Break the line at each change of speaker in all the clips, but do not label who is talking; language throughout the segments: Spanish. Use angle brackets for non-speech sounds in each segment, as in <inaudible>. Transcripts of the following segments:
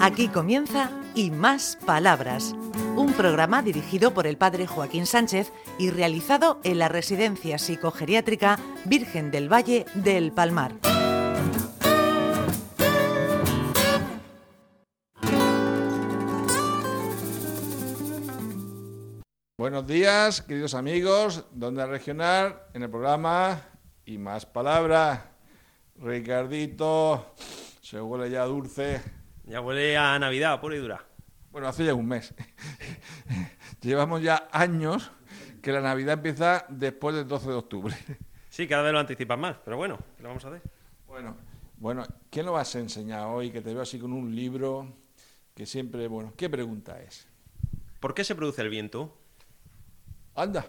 Aquí comienza Y Más Palabras, un programa dirigido por el padre Joaquín Sánchez y realizado en la Residencia Psicogeriátrica Virgen del Valle del Palmar.
Buenos días, queridos amigos, Donde Regional, en el programa Y Más Palabras. Ricardito, se huele ya dulce.
Ya huele a Navidad, pura y dura.
Bueno, hace ya un mes. <laughs> Llevamos ya años que la Navidad empieza después del 12 de octubre.
Sí, cada vez lo anticipan más, pero bueno, ¿qué lo vamos a hacer?
Bueno, bueno, ¿qué nos vas a enseñar hoy? Que te veo así con un libro que siempre, bueno, ¿qué pregunta es?
¿Por qué se produce el viento?
Anda,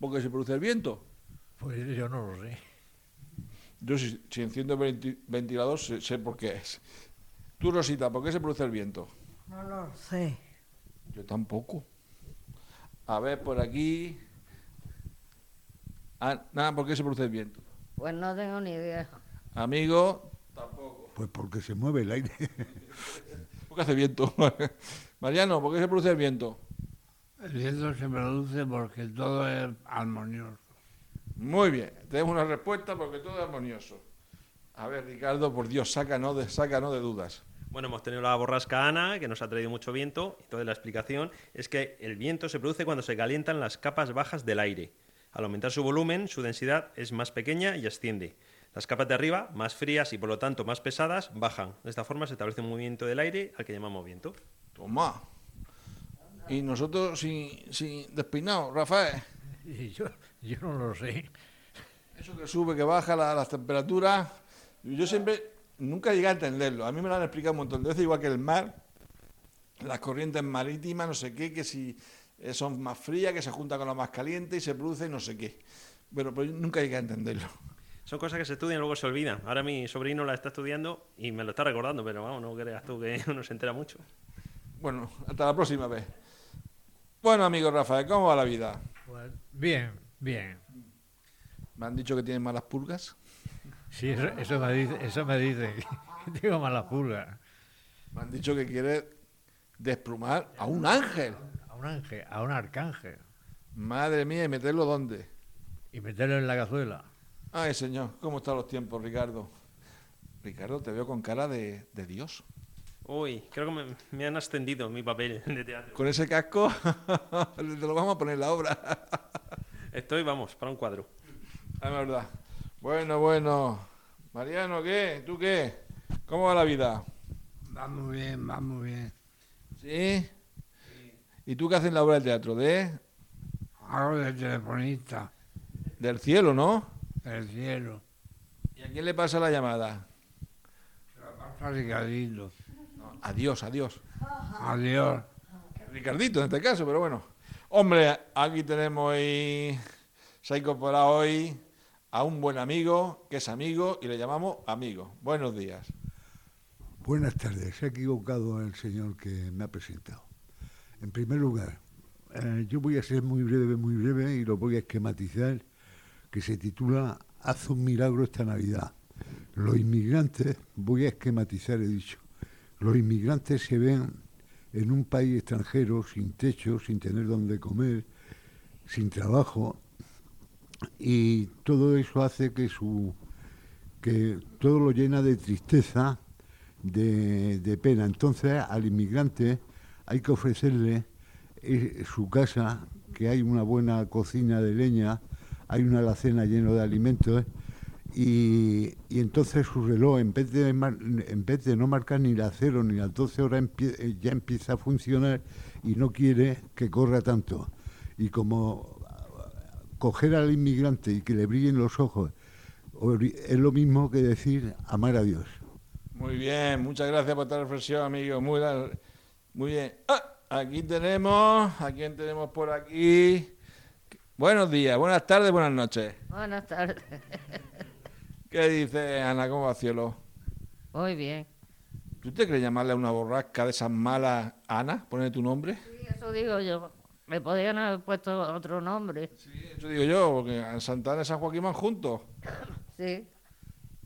porque se produce el viento.
Pues yo no lo sé.
Yo si, si enciendo el venti- ventilador sé, sé por qué es. Tú, Rosita, ¿por qué se produce el viento?
No lo sé.
Yo tampoco. A ver, por aquí. Ah, nada, ¿por qué se produce el viento?
Pues no tengo ni idea. <laughs>
Amigo,
Pues porque se mueve el aire. <laughs>
¿por qué hace viento? <laughs> Mariano, ¿por qué se produce el viento?
El viento se produce porque todo es armonioso.
Muy bien, tenemos una respuesta porque todo es armonioso. A ver, Ricardo, por Dios, sácanos de, sácanos de dudas.
Bueno, hemos tenido la borrasca Ana, que nos ha traído mucho viento. Entonces la explicación es que el viento se produce cuando se calientan las capas bajas del aire. Al aumentar su volumen, su densidad es más pequeña y asciende. Las capas de arriba, más frías y por lo tanto más pesadas, bajan. De esta forma se establece un movimiento del aire al que llamamos viento.
Toma. Y nosotros sin, sin despeinado, Rafael.
Y yo, yo no lo sé.
Eso que sube, que baja la- las temperaturas. Yo siempre, nunca llegué a entenderlo. A mí me lo han explicado un montón de veces, igual que el mar, las corrientes marítimas, no sé qué, que si eh, son más frías, que se juntan con las más calientes y se produce no sé qué. Pero pues nunca llegué a entenderlo. <laughs>
Son cosas que se estudian y luego se olvidan. Ahora mi sobrino la está estudiando y me lo está recordando, pero vamos, no creas tú que <laughs> no se entera mucho.
Bueno, hasta la próxima vez. Bueno, amigo Rafael, ¿cómo va la vida?
Pues bien, bien.
Me han dicho que tienes malas pulgas.
Sí, eso, eso me dice, eso me dice <laughs> que tengo mala pulga.
Me han dicho que quieres desplumar a un ángel.
A un ángel, a un arcángel.
Madre mía, ¿y meterlo dónde?
Y meterlo en la cazuela.
Ay, señor, ¿cómo están los tiempos, Ricardo? Ricardo, te veo con cara de, de Dios.
Uy, creo que me, me han ascendido mi papel <laughs> de teatro.
Con ese casco <laughs> te lo vamos a poner en la <laughs> obra.
Estoy, vamos, para un cuadro.
La Ah, verdad. Bueno, bueno. Mariano, ¿qué? ¿Tú qué? ¿Cómo va la vida?
Va muy bien, va muy bien.
¿Sí? ¿Y tú qué haces en la obra de teatro? ¿De?
Hago de telefonista
Del cielo, ¿no?
del cielo.
¿Y a quién le pasa la llamada?
Hasta Ricardito.
Adiós, adiós.
Adiós.
Ricardito en este caso, pero bueno. Hombre, aquí tenemos hoy, se ha incorporado hoy a un buen amigo, que es amigo, y le llamamos amigo. Buenos días.
Buenas tardes. Se ha equivocado el señor que me ha presentado. En primer lugar, eh, yo voy a ser muy breve, muy breve y lo voy a esquematizar, que se titula Haz un milagro esta Navidad. Los inmigrantes, voy a esquematizar, he dicho, los inmigrantes se ven en un país extranjero sin techo, sin tener dónde comer, sin trabajo, y todo eso hace que su que todo lo llena de tristeza, de, de pena. Entonces al inmigrante hay que ofrecerle eh, su casa, que hay una buena cocina de leña, hay una alacena llena de alimentos, y, y entonces su reloj, en vez, de mar- en vez de no marcar ni las 0 ni las 12 horas, empie- eh, ya empieza a funcionar y no quiere que corra tanto. Y como coger al inmigrante y que le brillen los ojos ori- es lo mismo que decir amar a Dios.
Muy bien, muchas gracias por esta reflexión, amigo. Muy, da- muy bien. Ah, aquí tenemos, ¿a quién tenemos por aquí? Buenos días, buenas tardes, buenas noches.
Buenas tardes. <laughs>
¿Qué dice Ana? ¿Cómo va, cielo?
Muy bien.
¿Tú te crees llamarle a una borrasca de esas malas Ana? Poner tu nombre.
Sí, eso digo yo. Me podían haber puesto otro nombre.
Sí, eso digo yo, porque en Santana y San Joaquín van juntos.
Sí,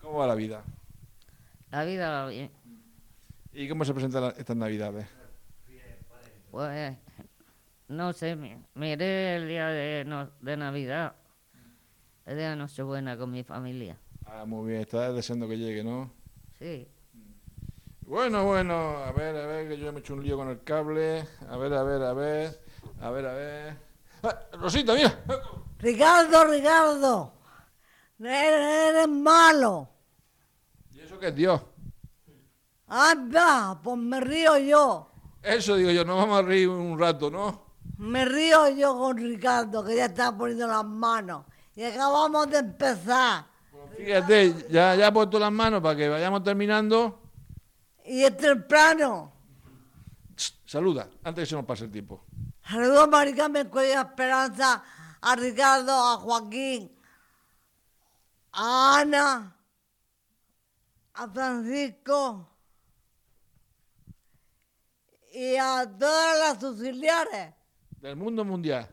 ¿Cómo va la vida?
la vida va bien.
¿Y cómo se presentan la- estas navidades?
Pues, no sé, mi- miré el día de, no- de Navidad, el día de Nochebuena con mi familia.
Ah, muy bien, estás deseando que llegue, ¿no?
Sí,
Bueno, bueno, a ver, a ver, que yo ya me he hecho un lío con el cable. A ver, a ver, a ver, a ver, a ver. ¡Ah, Rosita, mira.
Ricardo, Ricardo, eres, eres malo.
¿Y eso qué es Dios?
Anda, pues me río yo.
Eso digo yo, nos vamos a reír un rato, ¿no?
Me río yo con Ricardo, que ya está poniendo las manos. Y acabamos de empezar.
Pues Fíjate, ya, ya he puesto las manos para que vayamos terminando.
Y este es temprano.
Tss, Saluda, antes que se nos pase el tiempo.
Saludos a Maricarmen Cuello Esperanza, a Ricardo, a Joaquín, a Ana, a Francisco y a todas las auxiliares
Del mundo mundial,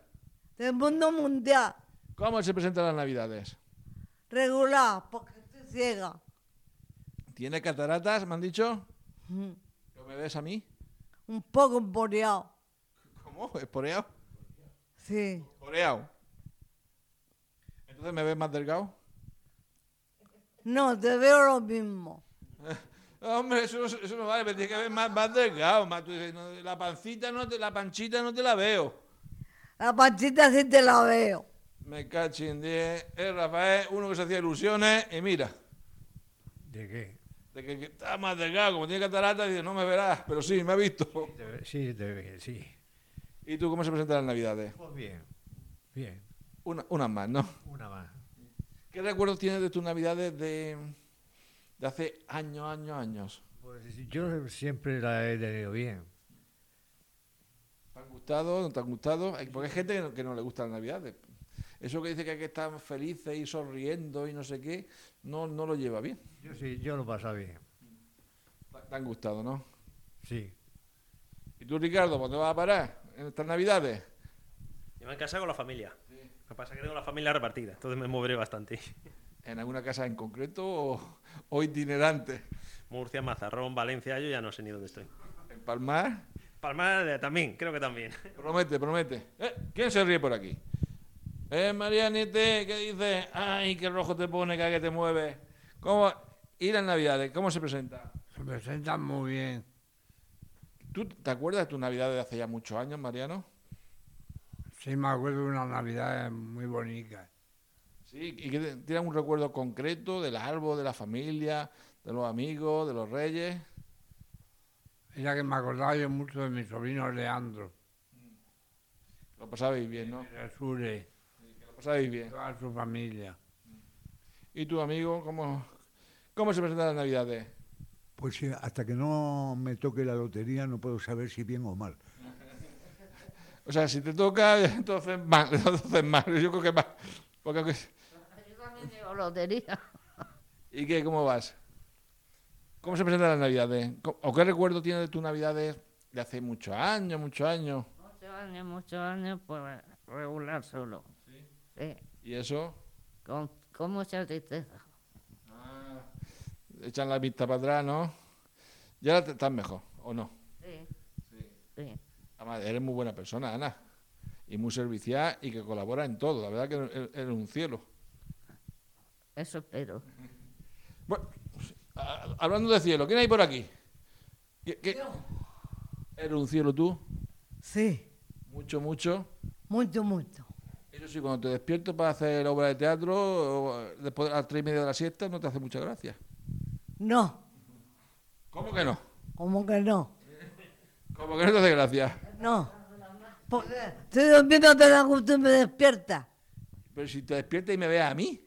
del mundo mundial
¿cómo se presentan las navidades?
regular, porque estoy ciega.
¿Tiene cataratas, me han dicho? ¿No me ves a mí?
Un poco emporeado,
¿Cómo? ¿Esporeado?
sí.
¿Esporeado? ¿Entonces me ves más delgado?
No, te veo lo mismo.
Hombre, eso, no- eso no vale, me tienes que ver más, más delgado. Más, tú dices, no, la pancita no te, la panchita no te la veo.
La panchita sí te la veo.
Me cachin 10. Es Eh, Rafael, uno que se hacía ilusiones y mira,
¿De qué?
de que, que está más delgado, como tiene catarata, dice, no me verás, pero sí, me ha visto.
Te- Sí, te- sí.
¿Y tú cómo se presentan las navidades?
Pues bien, bien,
Una, una más, ¿no?
una más.
¿Qué recuerdos tienes de tus navidades de, de hace años, años, años?
Pues yo siempre la he tenido bien.
¿Te han gustado? ¿No te han gustado? Hay- Porque hay gente que no, que no le gustan las navidades. Eso que dice que hay que estar felices y sonriendo y no sé qué, no, no lo lleva bien.
Yo sí, yo lo he pasado bien.
Te han gustado, ¿no?
Sí.
¿Y tú, Ricardo, por dónde vas a parar en estas navidades?
Yo me he casado con la familia. Lo que pasa es que tengo la familia repartida, entonces me moveré bastante. <laughs>
¿En alguna casa en concreto o, o itinerante?
Murcia, Mazarrón, Valencia, yo ya no sé ni dónde estoy.
¿En Palmar?
Palma eh, también, creo que también.
Promete, promete. Eh, ¿Quién se ríe por aquí? Eh, Marianite, ¿qué dices? Ay, qué rojo te pone cada que te mueves. ¿Cómo? ¿Y las navidades? ¿Cómo se presenta?
Se presentan muy bien.
¿Tú te acuerdas de tus navidades de hace ya muchos años, Mariano?
Sí, me acuerdo de unas navidades muy bonitas.
Sí, ¿y que te- tienes un recuerdo concreto del árbol, de la familia, de los amigos, de los reyes?
Era que me acordaba yo mucho de mi sobrino Leandro,
Lo pasabais bien, ¿no?
de Sure,
Lo pasabais bien.
toda su familia.
¿Y tu amigo, cómo, cómo se presentan las navidades?
Pues eh, hasta que no me toque la lotería no puedo saber si bien o mal.
O sea, si te toca, <laughs> entonces mal, entonces mal. Yo creo que mal. Porque aunque-
yo también llevo lotería. <laughs>
¿Y qué? ¿Cómo vas? ¿Cómo se presentan las navidades? Co- ¿O qué recuerdo tienes de tus navidades de hace muchos años, muchos años?
Muchos años, muchos años, pues regular solo. Sí.
¿Y eso?
con, con mucha tristeza.
Echan la vista para atrás, ¿no? ¿Y ahora te- estás mejor o no?
Sí. Sí.
Además, eres muy buena persona, Ana. Y muy servicial y que colabora en todo. La verdad que eres- eres un cielo.
Eso espero.
Bueno, a- hablando de cielo, ¿quién hay por aquí? ¿Qué, qué? ¿Eres un cielo tú?
Sí,
Mucho, mucho.
mucho, mucho.
Eso sí, cuando te despierto para hacer obra de teatro, o, eh, después a las tres y media de la siesta, no te hace mucha gracia.
No,
¿Cómo que no?
¿cómo que no?
¿Cómo que no te hace gracia?
No, porque estoy durmiendo de la costumbre y me despierta.
Pero si te despiertas y me veas a mí.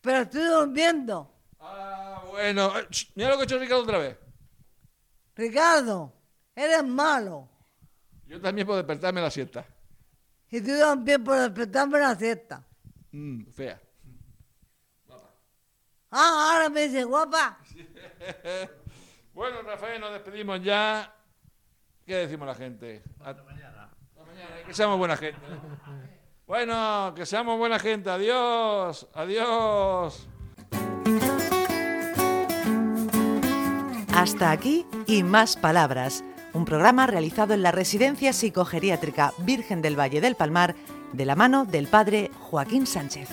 Pero estoy durmiendo.
Ah, bueno. Eh, ch, mira lo que ha hecho Ricardo otra vez.
Ricardo, eres malo.
Yo también puedo despertarme a la siesta.
Y tú también por despertarme la siesta.
Mm, fea.
Ah, ahora me dice guapa.
Bueno, Rafael, nos despedimos ya. ¿Qué decimos la gente? A- Hasta mañana, Que seamos buena gente. Bueno, que seamos buena gente. Adiós. Adiós.
Hasta aquí y más palabras, un programa realizado en la Residencia Psicogeriátrica Virgen del Valle del Palmar de la mano del padre Joaquín Sánchez.